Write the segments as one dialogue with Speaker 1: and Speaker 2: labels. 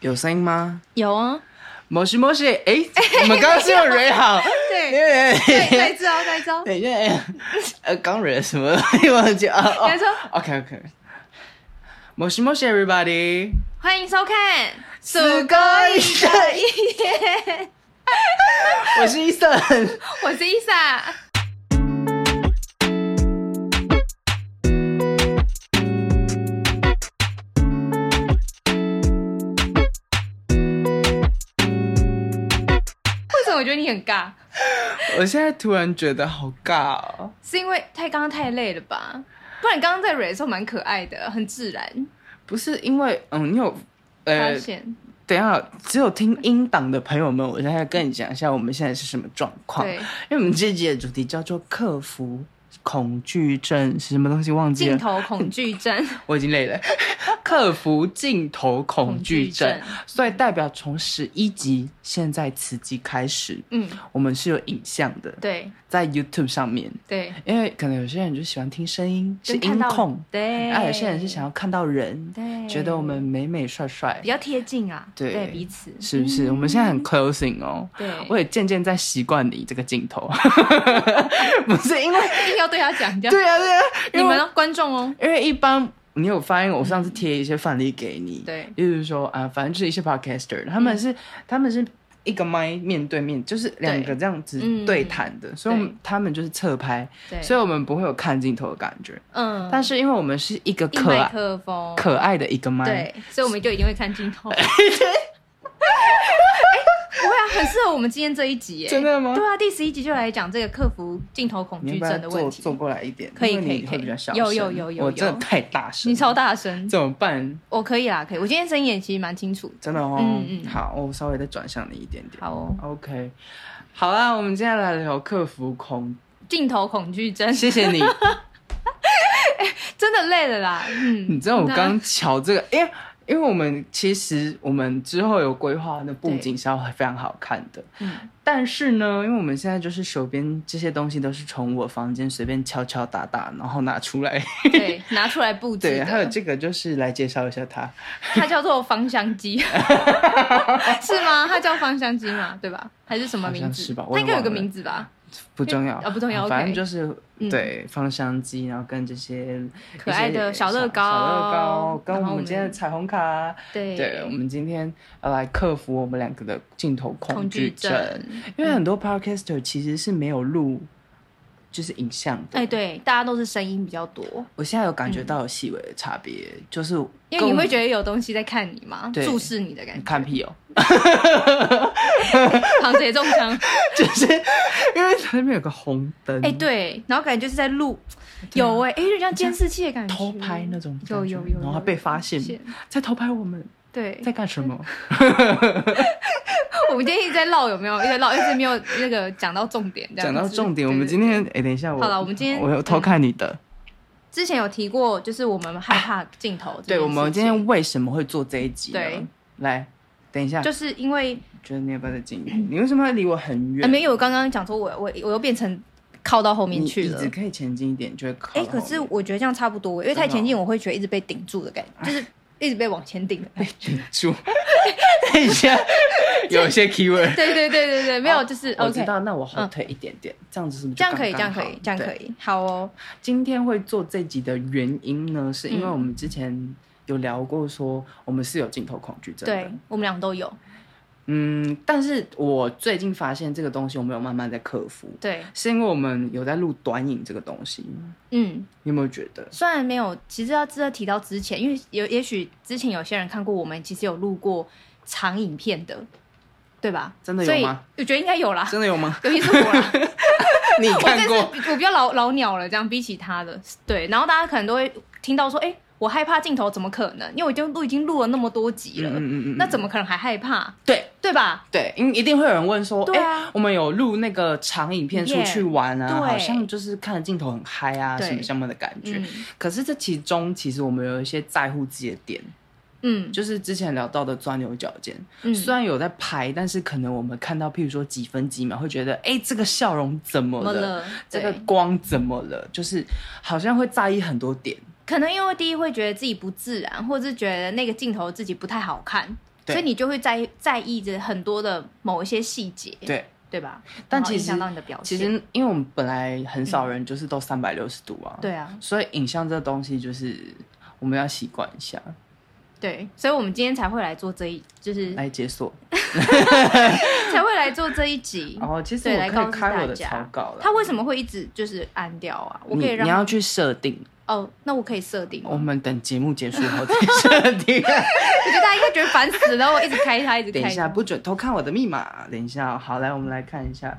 Speaker 1: 有声音吗？
Speaker 2: 有啊，
Speaker 1: 摩西摩西，哎，我们刚刚是有蕊 好，
Speaker 2: 对，对，再
Speaker 1: 对
Speaker 2: 一，招，再一招。
Speaker 1: 等一下，哎呃，刚蕊什么 东西忘记啊？哦
Speaker 2: 没错
Speaker 1: ，OK OK，摩西摩西，everybody，
Speaker 2: 欢迎收看《
Speaker 1: 四
Speaker 2: 鼠
Speaker 1: 哥一生， 我是医生，
Speaker 2: 我是伊莎。为什么我觉得你很尬？
Speaker 1: 我现在突然觉得好尬哦，
Speaker 2: 是因为太刚刚太累了吧？不然刚刚在蕊的时候蛮可爱的，很自然。
Speaker 1: 不是因为，嗯，你有，
Speaker 2: 发
Speaker 1: 呃，
Speaker 2: 现、
Speaker 1: 等一下，只有听音档的朋友们，我现在跟你讲一下我们现在是什么状况。
Speaker 2: 对
Speaker 1: 因为我们这集的主题叫做克服恐惧症，是什么东西忘记
Speaker 2: 镜
Speaker 1: 了？
Speaker 2: 头恐惧症，
Speaker 1: 我已经 累了。克服镜头恐惧症，
Speaker 2: 恐惧
Speaker 1: 所以代表从十一集现在此集开始，
Speaker 2: 嗯，
Speaker 1: 我们是有影像的，
Speaker 2: 对
Speaker 1: 在 YouTube 上面。
Speaker 2: 对，
Speaker 1: 因为可能有些人就喜欢听声音， 是
Speaker 2: 就
Speaker 1: 音
Speaker 2: 看到
Speaker 1: 控；，
Speaker 2: 对，
Speaker 1: 啊，有些人是想要看到人，
Speaker 2: 对
Speaker 1: 觉得我们美美帅帅
Speaker 2: 比，较贴近啊，
Speaker 1: 对
Speaker 2: 彼此，
Speaker 1: 是不是？我们现
Speaker 2: 嗯
Speaker 1: 在很 closing 哦。
Speaker 2: 对，
Speaker 1: 我也渐渐在习惯你这个镜头， 不是因为
Speaker 2: 一定要对他讲，这样
Speaker 1: 对啊对啊，
Speaker 2: 你
Speaker 1: 因为
Speaker 2: 们哦观众哦，
Speaker 1: 因为一般你有发现，我上次贴一些范例给你，
Speaker 2: 对嗯
Speaker 1: 就是说啊，反正就是一些 podcaster，他们是、他们是一个麦面对面，就是两个
Speaker 2: 对
Speaker 1: 这样子
Speaker 2: 嗯
Speaker 1: 对谈的，所以我们他们就是侧拍，
Speaker 2: 对，
Speaker 1: 所以我们不会有看镜头的感觉。
Speaker 2: 嗯，
Speaker 1: 但是因为我们是一个
Speaker 2: 硬
Speaker 1: 可
Speaker 2: 麦
Speaker 1: 爱
Speaker 2: 克风，
Speaker 1: 可爱的一个麦，
Speaker 2: 对，所以我们就一定会看 镜头。哎不会啊，很适合我们今天这一集耶！
Speaker 1: 真的吗
Speaker 2: 对啊，第十一集就来讲这个克服镜头恐
Speaker 1: 你要
Speaker 2: 惧
Speaker 1: 不要
Speaker 2: 症的
Speaker 1: 坐
Speaker 2: 问题
Speaker 1: 坐。过来一点？
Speaker 2: 可以
Speaker 1: 因为你
Speaker 2: 可以可
Speaker 1: 会
Speaker 2: 以
Speaker 1: 比较小
Speaker 2: 有
Speaker 1: 声
Speaker 2: 有有有
Speaker 1: 我真的
Speaker 2: 有
Speaker 1: 太大声，
Speaker 2: 你超大声，
Speaker 1: 怎么办？
Speaker 2: 我可以啦，可以。我今天声音也其实蛮清楚的。
Speaker 1: 真的哦，
Speaker 2: 嗯嗯
Speaker 1: 好，我稍微再转向你一点点。
Speaker 2: 好哦，
Speaker 1: OK，好啦，我们接下来聊克服恐
Speaker 2: 镜头恐惧症，
Speaker 1: 谢谢 你。
Speaker 2: 真的累了啦。嗯，
Speaker 1: 你知道我
Speaker 2: 那
Speaker 1: 刚瞧这个，因为因为我们其实我们之后有规划，那布景是要非常好看的。
Speaker 2: 嗯
Speaker 1: 但是呢，因为我们现在就是手边这些东西都是从我房间随便敲敲打打，然后拿出来。
Speaker 2: 对，拿出来布置
Speaker 1: 对，
Speaker 2: 的。
Speaker 1: 还有这个就是来介绍一下它，
Speaker 2: 它叫做芳 香机，是吗？它叫芳香机嘛，对吧？还是什么名
Speaker 1: 好像
Speaker 2: 字？
Speaker 1: 是吧我也
Speaker 2: 它应该有个
Speaker 1: 忘了
Speaker 2: 名字吧？
Speaker 1: 不重要
Speaker 2: 啊不重要
Speaker 1: 好
Speaker 2: OK
Speaker 1: 反正就是
Speaker 2: 嗯
Speaker 1: 对芳香机，然后跟这些
Speaker 2: 可爱的
Speaker 1: 一些小
Speaker 2: 小乐高
Speaker 1: 小乐高，跟
Speaker 2: 然后
Speaker 1: 我们
Speaker 2: 我们
Speaker 1: 今天的彩虹卡。
Speaker 2: 对
Speaker 1: 对，我们今天要来克服我们两个的镜头恐
Speaker 2: 恐
Speaker 1: 惧
Speaker 2: 惧
Speaker 1: 症
Speaker 2: 症，嗯
Speaker 1: 因为很多 podcaster 其实是没有录，就是影像的。
Speaker 2: 哎、对，大家都是声音比较多，
Speaker 1: 我现在有感觉到有细微的差别，就是
Speaker 2: 因为你
Speaker 1: 跟
Speaker 2: 会觉得有东西在看你嘛，
Speaker 1: 对
Speaker 2: 注视你的感
Speaker 1: 你
Speaker 2: 觉，
Speaker 1: 看屁哦，
Speaker 2: 唐贼中枪。
Speaker 1: 就是因为它那边有个红灯，
Speaker 2: 哎、，对，然后感觉就是在录，有哎、哎、有点像监视器的感觉，
Speaker 1: 啊偷拍那种感觉
Speaker 2: 有有有有，
Speaker 1: 然后还被发现
Speaker 2: 有有
Speaker 1: 在偷拍我们
Speaker 2: 对，
Speaker 1: 在干什么？
Speaker 2: 我们今天一直在唠有没有，一直在唠，一直没有那个讲到重点，这样
Speaker 1: 讲
Speaker 2: 子
Speaker 1: 到重点，我
Speaker 2: 对
Speaker 1: 们
Speaker 2: 对
Speaker 1: 今天哎，等一下我
Speaker 2: 好了我们今天嗯
Speaker 1: 我有偷看你的，
Speaker 2: 之前有提过，就是我们害怕镜头这件事情，
Speaker 1: 对，我们今天为什么会做这一集呢？
Speaker 2: 对
Speaker 1: 来，等一下，
Speaker 2: 就是因为
Speaker 1: 觉得你要不要再近一点？你为什么要离我很远？
Speaker 2: 哎没有，我刚刚讲说我我我又变成靠到后面
Speaker 1: 你
Speaker 2: 去
Speaker 1: 椅
Speaker 2: 了
Speaker 1: 子。可以前进一点，就会靠
Speaker 2: 哎、
Speaker 1: 到后面。哦
Speaker 2: 可是我觉得这样差不多，因为太前进我会觉得一直被顶住的感觉，就是
Speaker 1: 哎
Speaker 2: 一直被往前顶的感觉。
Speaker 1: 住， 等一下，有一些 keyword。
Speaker 2: 对对对对对，没有，就是
Speaker 1: 我知
Speaker 2: OK，嗯
Speaker 1: 道，那我后退一点点，这样子是不是就
Speaker 2: 这样可以，这
Speaker 1: 刚
Speaker 2: 样
Speaker 1: 刚好
Speaker 2: 可以，这样可。
Speaker 1: 对
Speaker 2: 以，好哦，
Speaker 1: 今天会做这集的原因呢，是因为
Speaker 2: 嗯
Speaker 1: 我们之前有聊过，说我们是有镜头恐惧症
Speaker 2: 对
Speaker 1: 的。
Speaker 2: 我们俩都有，
Speaker 1: 嗯，但是我最近发现这个东西，我们有慢慢在克服，
Speaker 2: 对，
Speaker 1: 是因为我们有在录短影这个东西，
Speaker 2: 嗯，
Speaker 1: 你有没有觉得？
Speaker 2: 虽然没有，其实要值得提到之前，因为有也许之前有些人看过我们，其实有录过长影片的，对吧？
Speaker 1: 真的有
Speaker 2: 所以
Speaker 1: 吗
Speaker 2: 我觉得应该有啦，
Speaker 1: 真的有吗？
Speaker 2: 尤其是我啦。
Speaker 1: 你
Speaker 2: 我这
Speaker 1: 看
Speaker 2: 是
Speaker 1: 过？
Speaker 2: 比我比较老老鸟了，这样比起他的，对，然后大家可能都会听到说，哎、我害怕镜头，怎么可能？因为我已经录已经录了那么多集了，
Speaker 1: 嗯
Speaker 2: 那怎么可能还害怕？
Speaker 1: 对？
Speaker 2: 对吧？
Speaker 1: 对，因一定会有人问说，
Speaker 2: 对啊
Speaker 1: 诶我们有录那个长影片出去玩啊，
Speaker 2: 影片对
Speaker 1: 好像就是看着镜头很嗨啊，
Speaker 2: 对
Speaker 1: 什么什么的感觉。
Speaker 2: 嗯
Speaker 1: 可是这其中，其实我们有一些在乎自己的点，
Speaker 2: 嗯
Speaker 1: 就是之前聊到的钻牛角尖。虽
Speaker 2: 嗯，
Speaker 1: 然有在拍，但是可能我们看到，譬如说几分几秒，会觉得，哎、这个笑容怎么了？
Speaker 2: 怎么了？
Speaker 1: 这个
Speaker 2: 对
Speaker 1: 光怎么了？就是好像会在意很多点。
Speaker 2: 可能因为第一会觉得自己不自然，或者是觉得那个镜头自己不太好看，
Speaker 1: 对
Speaker 2: 所以你就会在意在意着很多的某一些细节，
Speaker 1: 对，
Speaker 2: 对吧？
Speaker 1: 但
Speaker 2: 然后
Speaker 1: 其
Speaker 2: 影响
Speaker 1: 实
Speaker 2: 到你的表
Speaker 1: 其
Speaker 2: 现，
Speaker 1: 实因为我们本来很少人就是都三百六十度啊，
Speaker 2: 嗯对啊，
Speaker 1: 所以影像这东西就是我们要习惯一下
Speaker 2: 对，所以我们今天才会来做这一，就是
Speaker 1: 来解锁。
Speaker 2: 才会来做这一集。
Speaker 1: 然后其实
Speaker 2: 嗯对
Speaker 1: 我
Speaker 2: 来
Speaker 1: 可以
Speaker 2: 告诉
Speaker 1: 开我
Speaker 2: 大
Speaker 1: 的草
Speaker 2: 家
Speaker 1: 稿，了
Speaker 2: 它。为什么会一直就是按掉啊？我可
Speaker 1: 你
Speaker 2: 以
Speaker 1: 你要
Speaker 2: 让
Speaker 1: 去设定，
Speaker 2: 哦，那我可以设定吗。
Speaker 1: 我们等节目结束 后再设定。
Speaker 2: 我觉得大家应该觉得烦死了，我一直开它，一直开它。
Speaker 1: 等一下，不准偷看我的密码。等一下哦，好，来我们来看一下。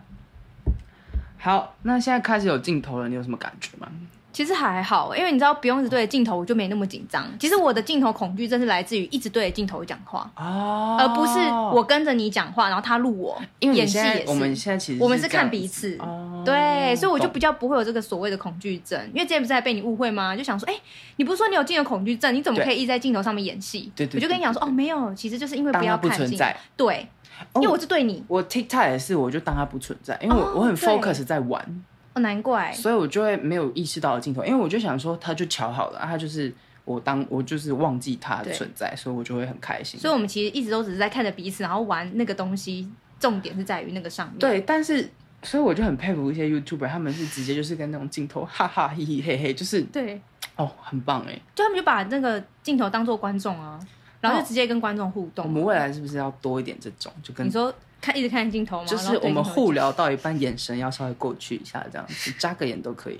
Speaker 1: 好，那现在开始有镜头了，你有什么感觉吗？
Speaker 2: 其实还好，因为你知道不用一直对着镜头，我就没那么紧
Speaker 1: 哦
Speaker 2: 张。其实我的镜头恐惧真是来自于一直对着镜头讲话，
Speaker 1: 哦
Speaker 2: 呃而不是我，跟着你讲话，然后他录我。
Speaker 1: 因为你
Speaker 2: 演戏
Speaker 1: 现
Speaker 2: 也
Speaker 1: 在
Speaker 2: 是，
Speaker 1: 我们现在其实
Speaker 2: 我们
Speaker 1: 是
Speaker 2: 是
Speaker 1: 这样
Speaker 2: 看彼此。
Speaker 1: 哦
Speaker 2: 对，所以我就
Speaker 1: 懂
Speaker 2: 比较不会有这个所谓的恐惧症，因为之前不是还被你误会吗？就想说，哎、你不是说你有镜头恐惧症，你怎么
Speaker 1: 对
Speaker 2: 可以一直在镜头上面演戏？
Speaker 1: 对对对
Speaker 2: 我就跟你讲说，哦，没有，其实就是因为
Speaker 1: 当它
Speaker 2: 要
Speaker 1: 不
Speaker 2: 看
Speaker 1: 存
Speaker 2: 镜，
Speaker 1: 在。
Speaker 2: 对，
Speaker 1: 哦
Speaker 2: 因为我是对你，
Speaker 1: 我 TikTok 也是，我就当它不存在，因为我、
Speaker 2: 哦
Speaker 1: 我很
Speaker 2: 对
Speaker 1: focus 在玩，
Speaker 2: 哦，难怪，
Speaker 1: 所以我就会没有意识到有镜头，因为我就想说它就瞧好了，啊它就是我当我就是忘记它
Speaker 2: 对
Speaker 1: 存在，所以我就会很开心。
Speaker 2: 所以我们其实一直都只是在看着彼此，然后玩那个东西，重点是在于那个上面。
Speaker 1: 对，但是所以我就很佩服一些 YouTuber，他们是直接就是跟那种镜头哈哈嘿嘿嘿嘿，就是
Speaker 2: 对，
Speaker 1: 哦很棒哎。
Speaker 2: 就他们就把那个镜头当做观众啊，然后
Speaker 1: 哦
Speaker 2: 就直接跟观众互动。啊
Speaker 1: 我们未来是不是要多一点这种？就跟
Speaker 2: 你说看一直看镜头吗？
Speaker 1: 就是我们互聊到一半，眼神要稍微过去一下，这样 子眨个眼都可以。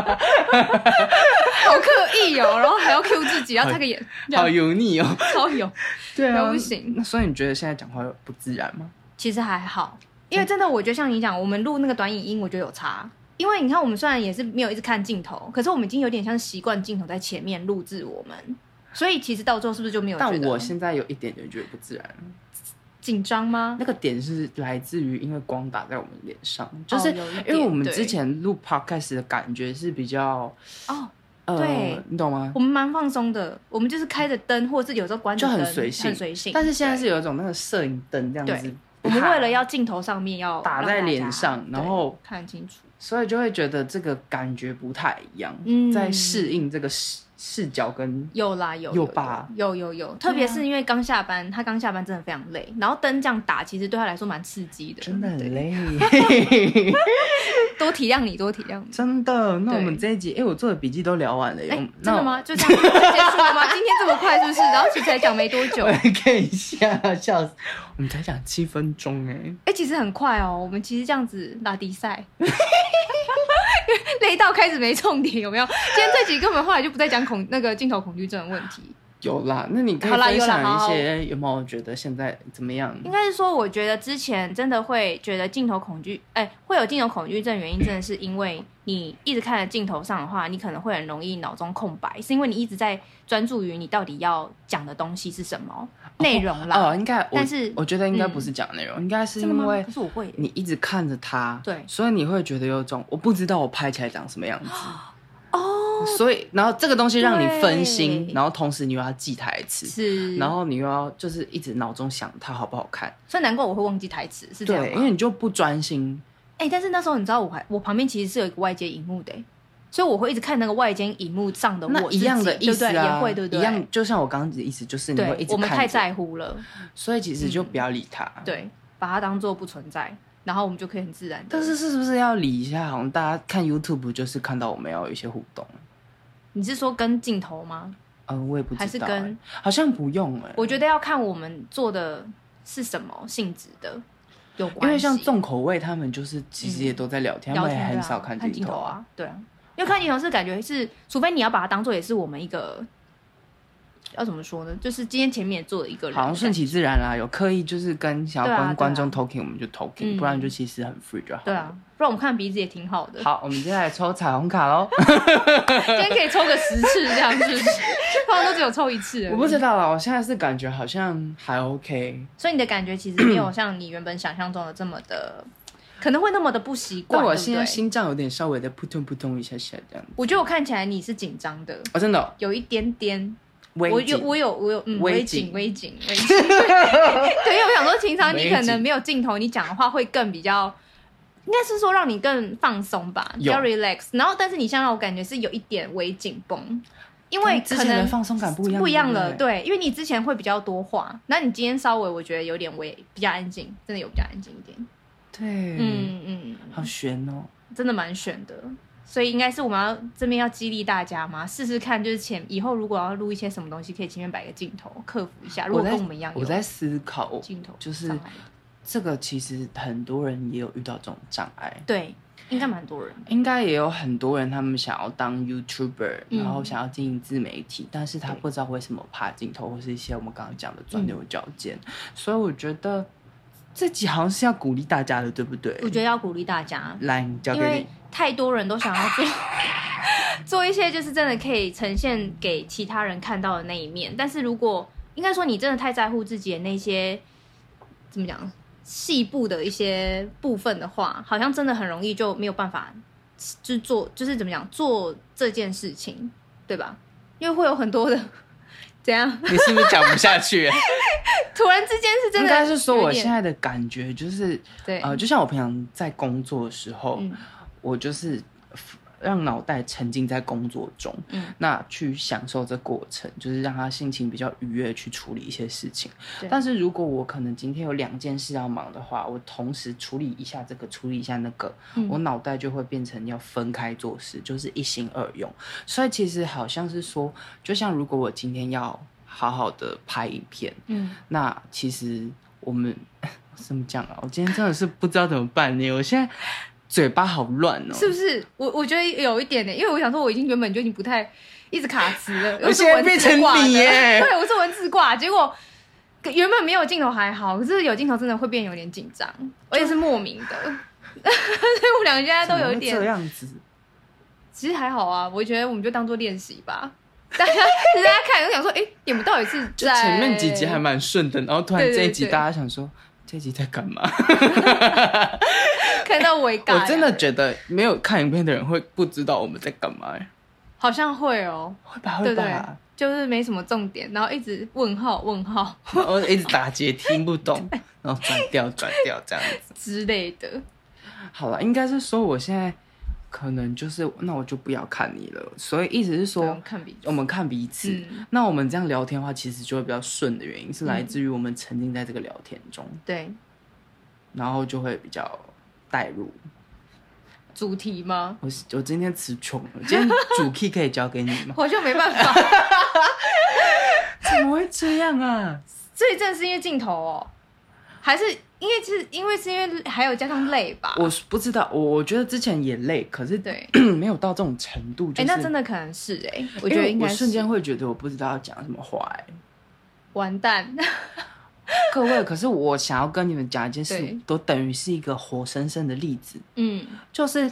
Speaker 2: 然后对镜头好刻意 哦，然后还要 Q 自己，然后插个眼，这
Speaker 1: 好
Speaker 2: 样
Speaker 1: 油腻 哦。
Speaker 2: 超有。
Speaker 1: 对啊，
Speaker 2: 都不行
Speaker 1: 那所以你觉得现在讲话不自然吗？
Speaker 2: 其实还好，因为真的，我觉得像你讲，我们录那个短影音，我觉得有差。因为你看，我们虽然也是没有一直看镜头，可是我们已经有点像是习惯镜头在前面录制我们，所以其实到最后是不是就没有觉
Speaker 1: 但
Speaker 2: 得啊
Speaker 1: 我现在有一点就觉得不自然，啊
Speaker 2: 紧张吗？
Speaker 1: 那个点是来自于因为光打在我们脸上，就是
Speaker 2: 哦有一
Speaker 1: 因为我们
Speaker 2: 点
Speaker 1: 之
Speaker 2: 对
Speaker 1: 前录 podcast 的感觉是比较
Speaker 2: 哦，
Speaker 1: 呃
Speaker 2: 对，
Speaker 1: 你懂吗？
Speaker 2: 我们蛮放松的，我们就是开着灯，或者是有时候关着
Speaker 1: 就
Speaker 2: 灯，
Speaker 1: 很随性
Speaker 2: 很随性。
Speaker 1: 但是现在是
Speaker 2: 对
Speaker 1: 有一种那个摄影灯这样子
Speaker 2: 对，我们为了要镜头上面要
Speaker 1: 打
Speaker 2: 让
Speaker 1: 在
Speaker 2: 大
Speaker 1: 脸
Speaker 2: 家
Speaker 1: 上然
Speaker 2: 对
Speaker 1: 后
Speaker 2: 看清楚，
Speaker 1: 所以就会觉得这个感觉不太一样，
Speaker 2: 嗯
Speaker 1: 在适应这个视视角跟
Speaker 2: 有啦有
Speaker 1: 有吧？啊
Speaker 2: 有有有，特别是因为刚下班，他刚下班真的非常累，然后灯这样打，其实对他来说蛮刺激的，
Speaker 1: 真的
Speaker 2: 对
Speaker 1: 很 累，
Speaker 2: 多体谅你，多体谅你。
Speaker 1: 真的。那我们这一集，哎、我做的笔记都聊完了耶，
Speaker 2: 哎、
Speaker 1: 嗯我们
Speaker 2: 真的？吗？就 这样就结束了吗？今天这么快是不是？然后其实才讲没多
Speaker 1: 那
Speaker 2: 久，
Speaker 1: 我
Speaker 2: 哎、
Speaker 1: 来看一下，笑死！我们才讲七分钟哎、
Speaker 2: 其实很快哦。我们其实这样子拉迪赛， 累到开始没重点，有没有？今天这集根本后来就不再讲恐那个镜头恐惧症的问题，
Speaker 1: 有啦，那你可以
Speaker 2: 好啦
Speaker 1: 分
Speaker 2: 有啦
Speaker 1: 享一
Speaker 2: 好
Speaker 1: 些有没有觉得现在怎么样？
Speaker 2: 应该是说，我觉得之前真的会觉得镜头恐惧，哎、会有镜头恐惧症，原因真的是因为你一直看着镜头上的话，你可能会很容易脑中空白，是因为你一直在专注于你到底要讲的东西是什么内容啦。
Speaker 1: 哦，应该，我
Speaker 2: 但是
Speaker 1: 我觉得应该
Speaker 2: 嗯
Speaker 1: 不是讲内容，应该是
Speaker 2: 真的吗
Speaker 1: 因为
Speaker 2: 可是我会耶，
Speaker 1: 你一直看着它，
Speaker 2: 对
Speaker 1: 所以你会觉得有种我不知道我拍起来长什么样子。哦，所以然后这个东西让你分心，
Speaker 2: 对
Speaker 1: 然后同时你又要记台词，
Speaker 2: 是，
Speaker 1: 然后你又要就是一直脑中想它好不好看，
Speaker 2: 所以难怪我会忘记台词，是这样
Speaker 1: 对，因
Speaker 2: 吗
Speaker 1: 为？你就不专心。
Speaker 2: 哎、但是那时候你知道我还我旁边其实是有一个外接荧幕的耶、所以我会一直看那个外接荧幕上的
Speaker 1: 那
Speaker 2: 我
Speaker 1: 一样的意思
Speaker 2: 自己对不对？
Speaker 1: 啊，
Speaker 2: 也会对不对？
Speaker 1: 一样，就像我刚刚的意思，就是你会一
Speaker 2: 对，
Speaker 1: 直
Speaker 2: 我们太
Speaker 1: 看着，
Speaker 2: 在乎了。
Speaker 1: 所以其实就不要理它。，
Speaker 2: 对，把它当做不存在，然后我们就可以很自然地。
Speaker 1: 但是是不是要理一下？好像大家看 YouTube 就是看到我们要有一些互动。
Speaker 2: 你是说跟镜头吗？
Speaker 1: 嗯，我也不知道欸、
Speaker 2: 还是跟
Speaker 1: 好像不用哎、
Speaker 2: 我觉得要看我们做的是什么性质的有关系，
Speaker 1: 因为像重口味，他们就是其实也都在聊天，他
Speaker 2: 聊
Speaker 1: 们也
Speaker 2: 天
Speaker 1: 很
Speaker 2: 对啊
Speaker 1: 少看
Speaker 2: 看
Speaker 1: 镜头
Speaker 2: 头
Speaker 1: 啊。
Speaker 2: 啊，对啊，因为看镜头是感觉是，除非你要把它当做也是我们一个。要怎么说呢？就是今天前面也做了一个人，
Speaker 1: 好像顺其自然啦，有刻意就是跟想要
Speaker 2: 啊对啊对
Speaker 1: 跟
Speaker 2: 啊
Speaker 1: 观众 talking，我们就 talking，
Speaker 2: 嗯
Speaker 1: 不然就其实很 free 就好。
Speaker 2: 对啊，不然我们看鼻子也挺好的。
Speaker 1: 好，我们接下来抽彩虹卡喽。
Speaker 2: 今天可以抽个十次这样，是 不是？通常都只有抽一次而已。
Speaker 1: 我不知道啦，我现在是感觉好像还 OK，
Speaker 2: 所以你的感觉其实没有像你原本想象中的这么的，可能会那么的不习惯。
Speaker 1: 但我
Speaker 2: 对不
Speaker 1: 现在
Speaker 2: 对
Speaker 1: 心脏有点稍微的扑通扑通一下下这样。
Speaker 2: 我觉得我看起来你是紧张的，
Speaker 1: 哦，真的哦，
Speaker 2: 有一点点。
Speaker 1: 微
Speaker 2: 我
Speaker 1: 紧
Speaker 2: 有，我有，我有，嗯，
Speaker 1: 微
Speaker 2: 微
Speaker 1: 紧
Speaker 2: 紧，微紧，微 紧。对，因为我想说，平常你可
Speaker 1: 微紧
Speaker 2: 能没有镜头，你讲的话会更比较应该是说让你更放松吧，比
Speaker 1: 有
Speaker 2: 较 relax。然后，但是你现在让我感觉是有一点微紧绷，因为
Speaker 1: 之
Speaker 2: 可
Speaker 1: 前的
Speaker 2: 能
Speaker 1: 放松感不一样，
Speaker 2: 不一样了。
Speaker 1: 对
Speaker 2: 对，因为你之前会比较多话，那你今天稍微我觉得有点微比较安静，真的有比较安静一点。
Speaker 1: 不对，对，
Speaker 2: 嗯嗯，
Speaker 1: 好悬哦。
Speaker 2: 真的蛮选的。所以应该是我们要这边要激励大家嘛，试试看，就是前以后如果要录一些什么东西，可以前面摆个镜头克服一下。如果
Speaker 1: 在
Speaker 2: 跟我们一样有
Speaker 1: 我在思考，
Speaker 2: 镜头
Speaker 1: 就是
Speaker 2: 障碍
Speaker 1: 这个其实很多人也有遇到这种障碍，
Speaker 2: 对，应该蛮多人
Speaker 1: 应该也有很多人他们想要当 YouTuber，、
Speaker 2: 嗯
Speaker 1: 然后想要经营自媒体，但是他
Speaker 2: 对
Speaker 1: 不知道为什么怕镜头或是一些我们刚刚讲的钻牛角尖，所以我觉得这集好像是要鼓励大家的，对不对？
Speaker 2: 我觉得要鼓励大家，
Speaker 1: 来，你交
Speaker 2: 因
Speaker 1: 给
Speaker 2: 为
Speaker 1: 你。
Speaker 2: 太多人都想要做 做一些就是真的可以呈现给其他人看到的那一面，但是如果应该说你真的太在乎自己的那些怎么讲细部的一些部分的话，好像真的很容易就没有办法就做就是怎么讲做这件事情，对吧？因为会有很多的怎样，
Speaker 1: 你是不是讲不下去？
Speaker 2: 突然之间 是真
Speaker 1: 应
Speaker 2: 的
Speaker 1: 该是说我
Speaker 2: 有点
Speaker 1: 现在的感觉就是，
Speaker 2: 对、
Speaker 1: 呃，就像我平常在工作的时候，
Speaker 2: 嗯
Speaker 1: 我就是让脑袋沉浸在工作中，
Speaker 2: 嗯
Speaker 1: 那去享受这过程，就是让他心情比较愉悦去处理一些事情
Speaker 2: 对。
Speaker 1: 但是如果我可能今天有两件事要忙的话，我同时处理一下这个，处理一下那个，
Speaker 2: 嗯
Speaker 1: 我脑袋就会变成要分开做事，就是一心二用。所以其实好像是说，就像如果我今天要好好的拍影片，
Speaker 2: 嗯
Speaker 1: 那其实我们 怎么讲啊？我今天真的是不知道怎么办呢。我现在嘴巴好乱哦、
Speaker 2: 是不是？我我觉得有一点呢、因为我想说，我已经原本就已经不太一直卡词了，
Speaker 1: 我现在
Speaker 2: 又是文字
Speaker 1: 变成
Speaker 2: 挂的
Speaker 1: 你耶
Speaker 2: 对，我是文字挂，结果原本没有镜头还好，可是有镜头真的会变有点紧张，而且是莫名的，所以我两个现在都有
Speaker 1: 怎
Speaker 2: 一
Speaker 1: 么会这
Speaker 2: 点，
Speaker 1: 样子。
Speaker 2: 其实还好啊，我觉得我们就当做练习吧。大家大家看，就想说，哎、你们到底是
Speaker 1: 就
Speaker 2: 在
Speaker 1: 前面几集还蛮顺的，然后突然
Speaker 2: 对对
Speaker 1: 这一集
Speaker 2: 对
Speaker 1: 大家想说。这一集在干嘛？
Speaker 2: 看到我 尬，
Speaker 1: 我真的觉得没有看影片的人会不知道我们在干嘛、欸，
Speaker 2: 好像会哦、
Speaker 1: 会吧
Speaker 2: 对
Speaker 1: 会
Speaker 2: 不对
Speaker 1: 吧，？
Speaker 2: 就是没什么重点，然后一直问号问号
Speaker 1: 然后一直打结听不 懂，然后转掉转掉这样子。
Speaker 2: 之类的。
Speaker 1: 好了，应该是说我现在可能就是那我就不要看你了，所以意思是
Speaker 2: 不用
Speaker 1: 说
Speaker 2: 看比
Speaker 1: 我们看彼此，
Speaker 2: 嗯，
Speaker 1: 那我们这样聊天的话，其实就会比较顺的原因是来自于我们沉浸在这个聊天中，
Speaker 2: 对，
Speaker 1: 然后就会比较带入。
Speaker 2: 主题吗？
Speaker 1: 我是我今天词穷了，今天主 key 可以交给你吗？
Speaker 2: 我就没办法，
Speaker 1: 怎么会这样啊？
Speaker 2: 所以真的是因为镜头哦，还是因为是因为是因为还有加上累吧？
Speaker 1: 我是不知道，我我觉得之前也累，可是
Speaker 2: 对，
Speaker 1: 没有到这种程度，就是、
Speaker 2: 哎、那真的可能是哎、我
Speaker 1: 因为
Speaker 2: 觉得应该
Speaker 1: 我
Speaker 2: 是
Speaker 1: 瞬间会觉得我不知道要讲什么话、哎，
Speaker 2: 完 蛋，
Speaker 1: 各位，可是我想要跟你们讲一件事
Speaker 2: 对，
Speaker 1: 都等于是一个活生生的例子，
Speaker 2: 嗯，
Speaker 1: 就是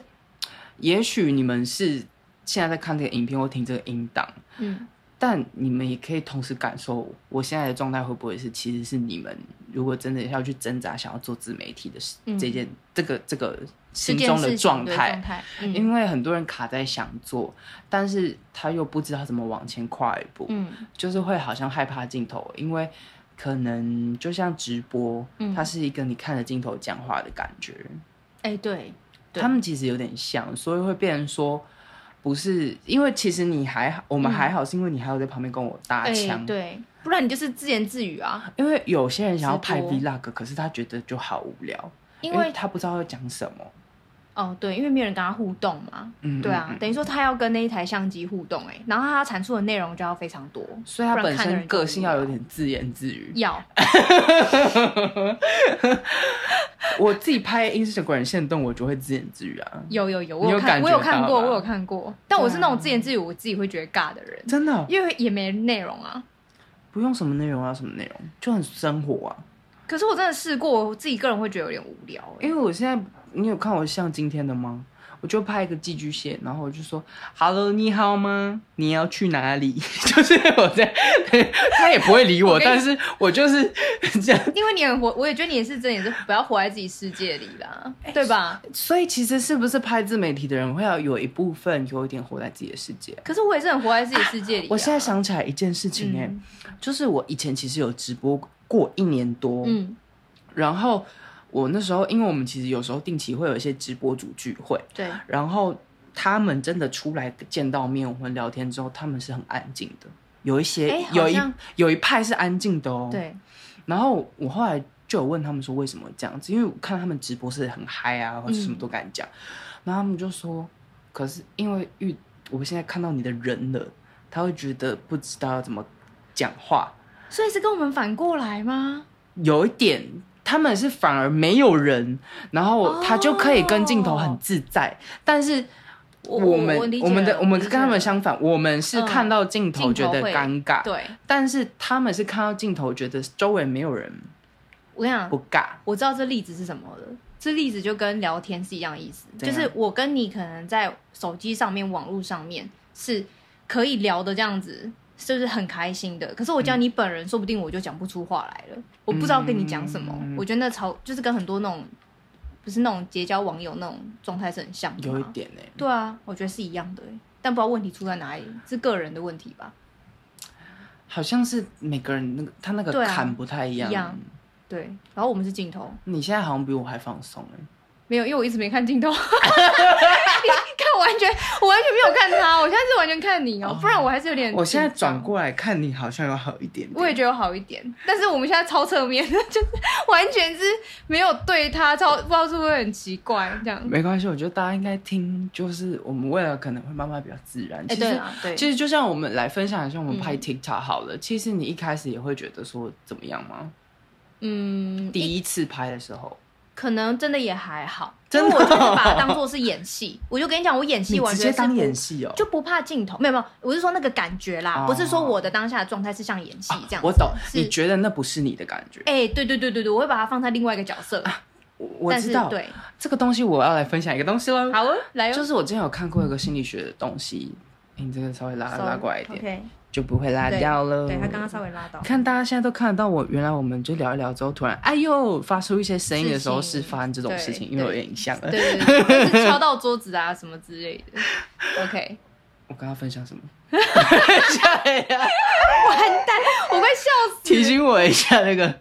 Speaker 1: 也许你们是现在在看这个影片或听这个音档，
Speaker 2: 嗯，
Speaker 1: 但你们也可以同时感受我现在的状态会不会是，其实是你们如果真的要去挣扎，想要做自媒体的事
Speaker 2: 嗯
Speaker 1: 这件、这个这个
Speaker 2: 这
Speaker 1: 心
Speaker 2: 件
Speaker 1: 中
Speaker 2: 事
Speaker 1: 的
Speaker 2: 情
Speaker 1: 状
Speaker 2: 对
Speaker 1: 态
Speaker 2: 状，态，嗯
Speaker 1: 因为很多人卡在想做，但是他又不知道怎么往前跨一步，
Speaker 2: 嗯
Speaker 1: 就是会好像害怕镜头，因为可能就像直播，
Speaker 2: 嗯
Speaker 1: 它是一个你看着镜头讲话的感觉，
Speaker 2: 哎、对，对
Speaker 1: 他们其实有点像，所以会变成说。不是，因为其实你还好，我们还好，是因为你还有在旁边跟我搭
Speaker 2: 哎、
Speaker 1: 腔、
Speaker 2: 嗯对，不然你就是自言自语啊，
Speaker 1: 因为有些人想要拍
Speaker 2: 直播
Speaker 1: vlog，可是他觉得就好无聊，
Speaker 2: 因为
Speaker 1: 他不知道要讲什么。
Speaker 2: 哦对，因为没有人跟他互动嘛，
Speaker 1: 嗯，
Speaker 2: 对啊
Speaker 1: 嗯，嗯
Speaker 2: 等于说他要跟那一台相机互动哎、然后他产出的内容就要非常多，
Speaker 1: 所以他
Speaker 2: 不
Speaker 1: 本
Speaker 2: 然看的
Speaker 1: 身
Speaker 2: 人就
Speaker 1: 个性
Speaker 2: 无聊
Speaker 1: 要有点自言自语。
Speaker 2: 要，
Speaker 1: 我自己拍 Instagram 线动，我就会自言自语啊，
Speaker 2: 有有有，
Speaker 1: 你
Speaker 2: 我
Speaker 1: 有感
Speaker 2: 看，
Speaker 1: 觉
Speaker 2: 我有看
Speaker 1: 到
Speaker 2: 过，
Speaker 1: 吧啊
Speaker 2: 我有看过，但我是那种自言自语，我自己会觉得尬的人，
Speaker 1: 真的
Speaker 2: 因为也没内容啊。
Speaker 1: 不用什么内容啊，什么内容就很生活啊。
Speaker 2: 可是我真的试过，我自己个人会觉得有点无聊、欸，
Speaker 1: 因为我现在，你有看我像今天的吗？我就拍一个寄居蟹，然后我就说：“Hello，你好吗？你要去哪里？” 就是我在， 他也不会理我，
Speaker 2: 我跟你
Speaker 1: 但是我就是这样
Speaker 2: 因为你很活，我也觉得你是真的也是不要活在自己世界里啦，对吧？
Speaker 1: 所以其哎实是不是拍自媒体的人会要有一部分有一点活在自己的世界？
Speaker 2: 可是我也是很活在自己世界里、啊
Speaker 1: 我现在，想起来一件事情、欸，
Speaker 2: 嗯
Speaker 1: 就是我以前其实有直播过一年多，
Speaker 2: 嗯
Speaker 1: 然后我那时候，因为我们其实有时候定期会有一些直播组聚会，
Speaker 2: 对，
Speaker 1: 然后他们真的出来见到面，我们聊天之后，他们是很安静的，有一些、
Speaker 2: 哎好
Speaker 1: 有一
Speaker 2: 像
Speaker 1: 有一派是安静的哦。。
Speaker 2: 对，
Speaker 1: 然后我后来就有问他们说为什么会这样子，因为我看他们直播是很嗨啊，或者
Speaker 2: 嗯
Speaker 1: 什么都敢讲，然后他们就说，可是因为遇我现在看到你的人了，他会觉得不知道要怎么讲话，
Speaker 2: 所以是跟我们反过来吗？
Speaker 1: 有一点，他们是反而没有人，然后
Speaker 2: 哦
Speaker 1: 他就可以跟镜头很自在，但是。
Speaker 2: 我
Speaker 1: 我们
Speaker 2: 我理解
Speaker 1: 们的
Speaker 2: 了
Speaker 1: 我们
Speaker 2: 理解
Speaker 1: 跟他们
Speaker 2: 了
Speaker 1: 相反，我们是
Speaker 2: 嗯
Speaker 1: 看到镜头
Speaker 2: 镜
Speaker 1: 觉
Speaker 2: 头
Speaker 1: 得
Speaker 2: 会
Speaker 1: 尴尬，
Speaker 2: 嗯对，
Speaker 1: 但是他们是看到镜头觉得周围没有人
Speaker 2: 我跟你讲，
Speaker 1: 不尬，
Speaker 2: 我知道这例子是什么了。这例子就跟聊天是一样的意思，
Speaker 1: 怎
Speaker 2: 就
Speaker 1: 样
Speaker 2: 是我跟你可能在手机上面、网络上面是可以聊的这样子，是不是很开心的？可是我
Speaker 1: 嗯
Speaker 2: 叫你本人，说不定我就讲不出话来了，我不知道跟你讲什么。
Speaker 1: 嗯
Speaker 2: 我觉得那超就是跟很多那种不是那种结交网友那种状态是很像的嘛
Speaker 1: 有一点哎、
Speaker 2: 对啊，我觉得是一样的欸、但不知道问题出在哪里，是个人的问题吧？
Speaker 1: 好像是每个人那个他那个
Speaker 2: 对啊
Speaker 1: 坎不太一样。
Speaker 2: 一样对，然后我们是镜头，
Speaker 1: 你现在好像比我还放松哎、
Speaker 2: 没有，因为我一直没看镜头，你 看完全我完全没有看他，我现在是完全看你哦、
Speaker 1: 哦
Speaker 2: 不然我还是有点。
Speaker 1: 我现在转，过来看你，好像有好一点点。
Speaker 2: 我也觉得有好一点，但是我们现在超侧面， 就是完全是没有对他超，不知道是不是很奇怪这样。
Speaker 1: 没关系，我觉得大家应该听，就是我们未来可能会慢慢比较自然。
Speaker 2: 哎、
Speaker 1: 其
Speaker 2: 对
Speaker 1: 实，
Speaker 2: 啊，对，
Speaker 1: 其实就像我们来分享一下，我们
Speaker 2: 嗯
Speaker 1: 拍 TikTok 好了。其实你一开始也会觉得说怎么样吗？
Speaker 2: 嗯，一
Speaker 1: 第一次拍的时候，
Speaker 2: 可能真的也还好，
Speaker 1: 真的
Speaker 2: 因为我就是把它
Speaker 1: 哦
Speaker 2: 当做是 演戏，我就跟你讲，我演戏
Speaker 1: 你
Speaker 2: 完
Speaker 1: 直
Speaker 2: 全
Speaker 1: 接
Speaker 2: 是
Speaker 1: 当
Speaker 2: 不
Speaker 1: 演戏哦。
Speaker 2: 就不怕镜头，没有没有，我是说那个感觉
Speaker 1: 哦
Speaker 2: 啦，不是说我的当下的状态是像演戏这样子、
Speaker 1: 我懂，
Speaker 2: 是
Speaker 1: 你觉得那不是你的感觉？
Speaker 2: 哎、对对对对对，我会把它放在另外一个角色。
Speaker 1: 我啊我
Speaker 2: 但
Speaker 1: 知
Speaker 2: 是
Speaker 1: 道
Speaker 2: 对，
Speaker 1: 这个东西，我要来分享一个东西喽。
Speaker 2: 好哦，来哦，
Speaker 1: 就是我之前有看过一个心理学的东西，诶你这个稍微拉
Speaker 2: Sorry，
Speaker 1: 拉过来一点
Speaker 2: OK，
Speaker 1: 就不会拉
Speaker 2: 对
Speaker 1: 掉了。
Speaker 2: 对他刚刚稍微拉 到
Speaker 1: 你。看大家现在都看得到我，原来我们就聊一聊之后，突然哎呦发出一些声音的时候
Speaker 2: 事情
Speaker 1: 是发生这种事情，
Speaker 2: 对
Speaker 1: 因为我有影响了
Speaker 2: 对。对对，对就是敲到桌子啊什么之类的。OK，
Speaker 1: 我跟他分享什么？
Speaker 2: 完蛋，我快笑
Speaker 1: 提醒我一下那个，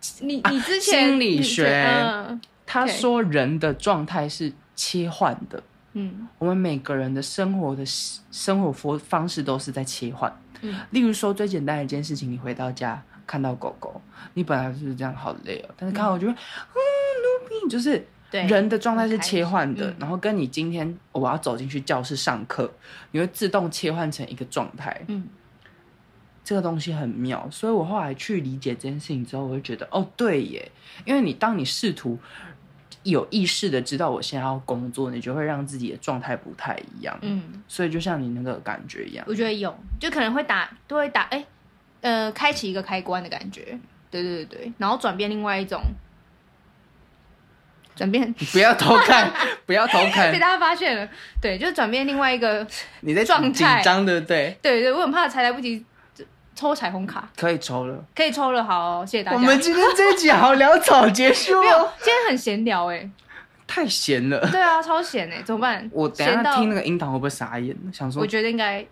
Speaker 2: 死你！你之前
Speaker 1: 心理
Speaker 2: 你之前
Speaker 1: 学
Speaker 2: 嗯
Speaker 1: 他说人的状态是切换的，
Speaker 2: 嗯
Speaker 1: 我们每个人的生活的生活方方式都是在切换。
Speaker 2: 嗯，
Speaker 1: 例如说最简单的一件事情，你回到家看到狗狗，你本来是这样好累哦，但是看到我就会，嗯，努比就是
Speaker 2: 对，
Speaker 1: 人的状态是切换的
Speaker 2: 嗯，
Speaker 1: 然后跟你今天我要走进去教室上课，你会自动切换成一个状态，
Speaker 2: 嗯
Speaker 1: 这个东西很妙。所以我后来去理解这件事情之后，我就觉得哦，对耶，因为你当你试图有意识的知道我现在要工作，你就会让自己的状态不太一样。
Speaker 2: 嗯，
Speaker 1: 所以就像你那个感觉一样，
Speaker 2: 我觉得有，就可能会打，都会打，哎、呃，开启一个开关的感觉。对对对对，然后转变另外一种，转变
Speaker 1: 你不要偷 看，不要偷看
Speaker 2: 被，大家发现了，对，就是转变另外一个
Speaker 1: 你在
Speaker 2: 状
Speaker 1: 紧
Speaker 2: 态
Speaker 1: 张对不对？
Speaker 2: 对对，我很怕才来不及抽彩虹卡，
Speaker 1: 可以抽了。
Speaker 2: 可以抽了，好，谢谢大家。
Speaker 1: 我们今天这一集好潦草结束
Speaker 2: 没
Speaker 1: 哦，
Speaker 2: 有，今天很闲聊哎、
Speaker 1: 太闲了。
Speaker 2: 对啊，超闲哎、怎么办？
Speaker 1: 我等一
Speaker 2: 闲
Speaker 1: 下
Speaker 2: 到
Speaker 1: 听那个音档会不会傻眼？想说
Speaker 2: 我觉得应该，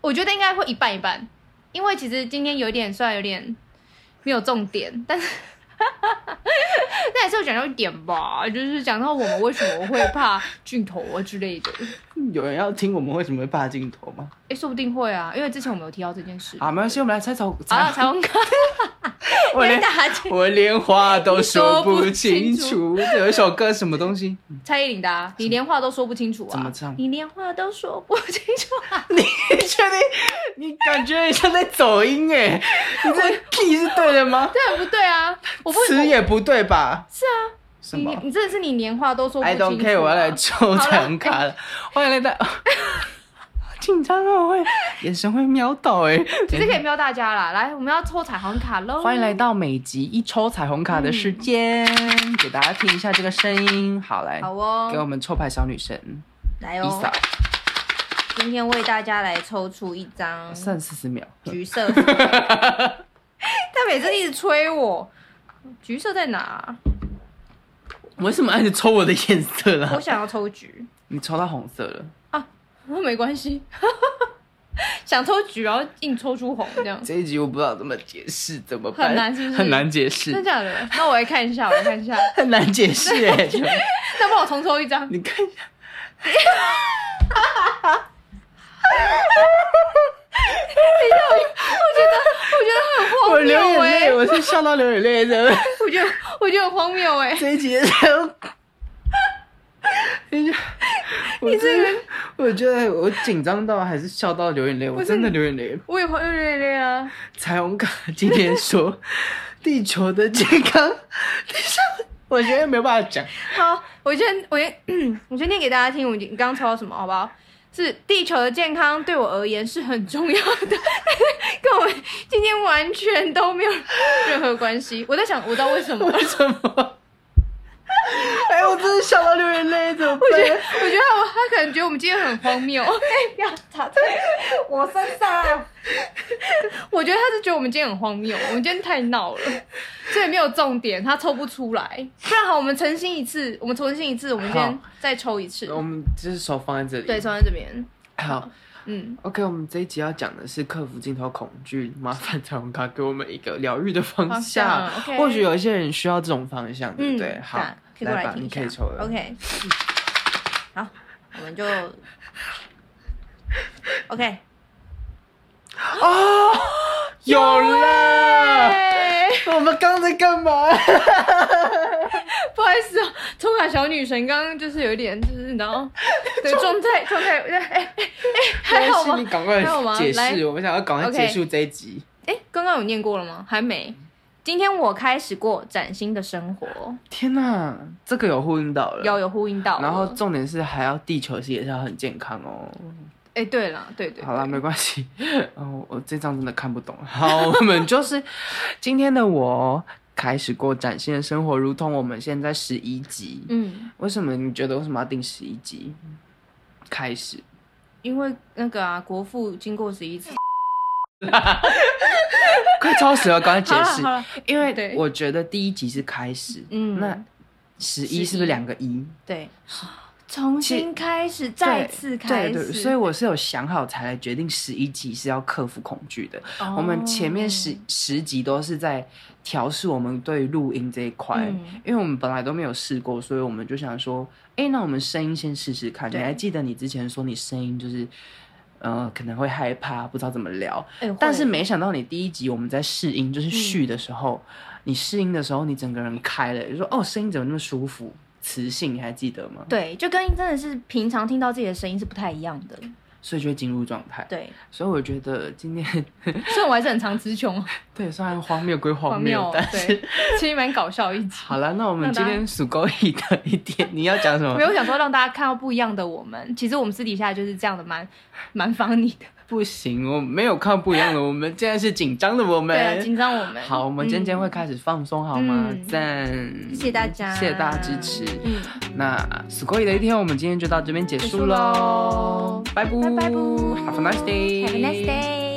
Speaker 2: 我觉得应该会一半一半，因为其实今天有点虽然有点没有重点，但是 那还是有讲到一点吧，就是讲到我们为什么会怕镜头啊之类的，
Speaker 1: 有人要听我们为什么会怕镜头吗？
Speaker 2: 哎、说不定会啊，因为之前我们有提到这件事。
Speaker 1: 好，没关系，我们来猜猜。
Speaker 2: 好了，
Speaker 1: 猜
Speaker 2: 彩虹卡，
Speaker 1: 我连
Speaker 2: 大家
Speaker 1: 我连话都说不清
Speaker 2: 你说
Speaker 1: 楚。这有一首歌什么东西？
Speaker 2: 蔡依林的、啊，你连话都说不清楚啊！
Speaker 1: 怎么唱
Speaker 2: 你连话都说不清楚啊！
Speaker 1: 你确定？你感觉很像在走音哎？ 你这个 key 是对的吗？
Speaker 2: 对不对啊？我不
Speaker 1: 词也不对吧？是啊。什
Speaker 2: 你
Speaker 1: 么？
Speaker 2: 你真的是你连话都说不
Speaker 1: I
Speaker 2: 清楚、啊。
Speaker 1: don't care，我要来抽彩虹卡了，我要来带。紧张哦，会眼神会瞄到哎、
Speaker 2: 其实可以瞄哦大家啦。来，我们要抽彩虹卡喽！
Speaker 1: 欢迎来到每集一抽彩虹卡的时间，给大家听一下这个声音。好，来，
Speaker 2: 好哦，
Speaker 1: 给我们抽牌小女神
Speaker 2: 来
Speaker 1: 伊
Speaker 2: 哦
Speaker 1: 莎，，
Speaker 2: 今天为大家来抽出一张
Speaker 1: 剩四十秒。
Speaker 2: 橘色。他每次一直催我，橘色在哪？啊
Speaker 1: 为什么按着抽我的颜色
Speaker 2: 我
Speaker 1: 啦？
Speaker 2: 想要抽橘哦
Speaker 1: 你抽到红色了，
Speaker 2: 啊，没关系， 想抽橘，然后硬抽出红这样，
Speaker 1: 这一集我不知道怎么解释，怎么办？
Speaker 2: 很难是不是
Speaker 1: 很难解
Speaker 2: 真的
Speaker 1: 释，
Speaker 2: 假的？那我来看一下，我来看一下，
Speaker 1: 很难解释哎、全部
Speaker 2: 那帮我重抽一 张。
Speaker 1: 你看一下，
Speaker 2: 我
Speaker 1: 我
Speaker 2: 觉
Speaker 1: 流
Speaker 2: 得
Speaker 1: 眼
Speaker 2: 很荒谬哎、
Speaker 1: 泪，我是笑到流眼泪的。
Speaker 2: 我觉得我觉得很荒谬哎、
Speaker 1: 这一集的时候，你就我真的，我觉得我紧张到还是笑到流眼泪，我真的流眼泪。
Speaker 2: 我也荒谬对对啊，
Speaker 1: 彩虹卡今天说 地球的健康， 地球，我觉得没有办法讲。
Speaker 2: 好，我先我先我先念给大家听，我你刚刚抽到什么好不好？是地球的健康对我而言是很重要的，跟我们今天完全都没有任何关系。我在想，我知道为什么，我 觉
Speaker 1: 为什么？哎，我真的笑到流眼泪，怎么
Speaker 2: 得
Speaker 1: 办？
Speaker 2: 我觉得他他可能觉得我们今天很荒谬，哎不要打在我身上。我觉得他是觉得我们今天很荒谬，我们今天太闹了，所以没有重点，他抽不出来。不然好，我们澄清一次，我们重新一次，我们今天
Speaker 1: 好
Speaker 2: 再抽一次。
Speaker 1: 我们就是手放在这里。
Speaker 2: 对，抽在这边，
Speaker 1: 好
Speaker 2: 嗯。
Speaker 1: ，OK，我们这一集要讲的是克服镜头恐惧，麻烦彩虹卡给我们一个疗愈的方
Speaker 2: 方
Speaker 1: 向
Speaker 2: 向。，OK
Speaker 1: 或许有一些人需要这种方向，对不对？
Speaker 2: 嗯
Speaker 1: 好
Speaker 2: 对啊，可以过
Speaker 1: 来吧，
Speaker 2: 听
Speaker 1: 你
Speaker 2: 一下
Speaker 1: 可以抽了。
Speaker 2: OK，好，我 们就 OK。
Speaker 1: 哦， 有了！
Speaker 2: 哎，
Speaker 1: 我们刚才干嘛？
Speaker 2: 不好意思哦，抽卡小女神刚刚就是有一点，就是然 后对状态状态，哎哎哎，还好
Speaker 1: 没关系你
Speaker 2: 吗？
Speaker 1: 赶
Speaker 2: 还好
Speaker 1: 快
Speaker 2: 吗
Speaker 1: 解
Speaker 2: 来
Speaker 1: 释，我们想要赶快
Speaker 2: OK
Speaker 1: 结束这一集。
Speaker 2: 哎，刚刚有念过了吗？还没。今天我开始过崭新的生活，
Speaker 1: 天哪，这个有呼应到了。
Speaker 2: 有有呼应到。
Speaker 1: 然后，重点是还要地球系也是要很健康哦。
Speaker 2: 哎，对了，对对，
Speaker 1: 好啦，
Speaker 2: 了，
Speaker 1: 没关系， 哦，我这张真的看不懂。好，我们 就是今天的我开始过崭新的生活，如同我们现在十一集。
Speaker 2: 嗯，
Speaker 1: 为什么你觉得为什么要定十一集？开始，
Speaker 2: 因为那个啊，国父经过十一次，
Speaker 1: 快超时了，赶快解释
Speaker 2: 好。了，
Speaker 1: 因为
Speaker 2: 对
Speaker 1: 我觉得第一集是开始，
Speaker 2: 嗯，
Speaker 1: 那十一
Speaker 2: 11
Speaker 1: 是不是两个一？
Speaker 2: 对，重新开始，再次开
Speaker 1: 对
Speaker 2: 始。
Speaker 1: 对对，所以我是有想好才来决定十一集是要克服恐惧的。
Speaker 2: 哦
Speaker 1: 我们前面十十集都是在调试我们对录音这一块，
Speaker 2: 嗯
Speaker 1: 因为我们本来都没有试过，所以我们就想说，哎、那我们声音先试试看。你
Speaker 2: 对
Speaker 1: 还记得你之前说你声音就是，呃，可能会害怕，不知道怎么聊，
Speaker 2: 哎会嗯
Speaker 1: 但是没想到你第一集我们在试音，就是续的时候，你试音的时候，你整个人开了，就说哦，声音怎么那么舒服，磁性，你还记得吗？
Speaker 2: 对，就跟真的是平常听到自己的声音是不太一样的。
Speaker 1: 所以就会进入状态。
Speaker 2: 对，
Speaker 1: 所以我觉得今天
Speaker 2: 虽然我还是很常词穷，
Speaker 1: 对，虽然荒谬归荒
Speaker 2: 荒谬
Speaker 1: 谬，
Speaker 2: 哦，
Speaker 1: 但是
Speaker 2: 对，其实蛮搞笑一集。
Speaker 1: 好了，那我们
Speaker 2: 那
Speaker 1: 今
Speaker 2: 当然
Speaker 1: 天数够一的一点，你要讲什么
Speaker 2: 没？有想说让大家看到不一样的我们，其实我们私底下就是这样的，蛮蛮防你的，
Speaker 1: 不行，我没有看不一样的，我们现在是紧张的我
Speaker 2: 对啊，
Speaker 1: 们。
Speaker 2: 紧张我们。
Speaker 1: 好，我们今天
Speaker 2: 嗯
Speaker 1: 会开始放松，好吗？
Speaker 2: 嗯
Speaker 1: 赞，
Speaker 2: 谢谢大家，
Speaker 1: 谢谢大家支持。
Speaker 2: 嗯，
Speaker 1: 那数够一的一天，我们今天就到这边结
Speaker 2: 结
Speaker 1: 束
Speaker 2: 束
Speaker 1: 喽
Speaker 2: 喽，
Speaker 1: 拜拜
Speaker 2: 拜
Speaker 1: ，Have a
Speaker 2: 拜
Speaker 1: nice day，
Speaker 2: Have a nice day。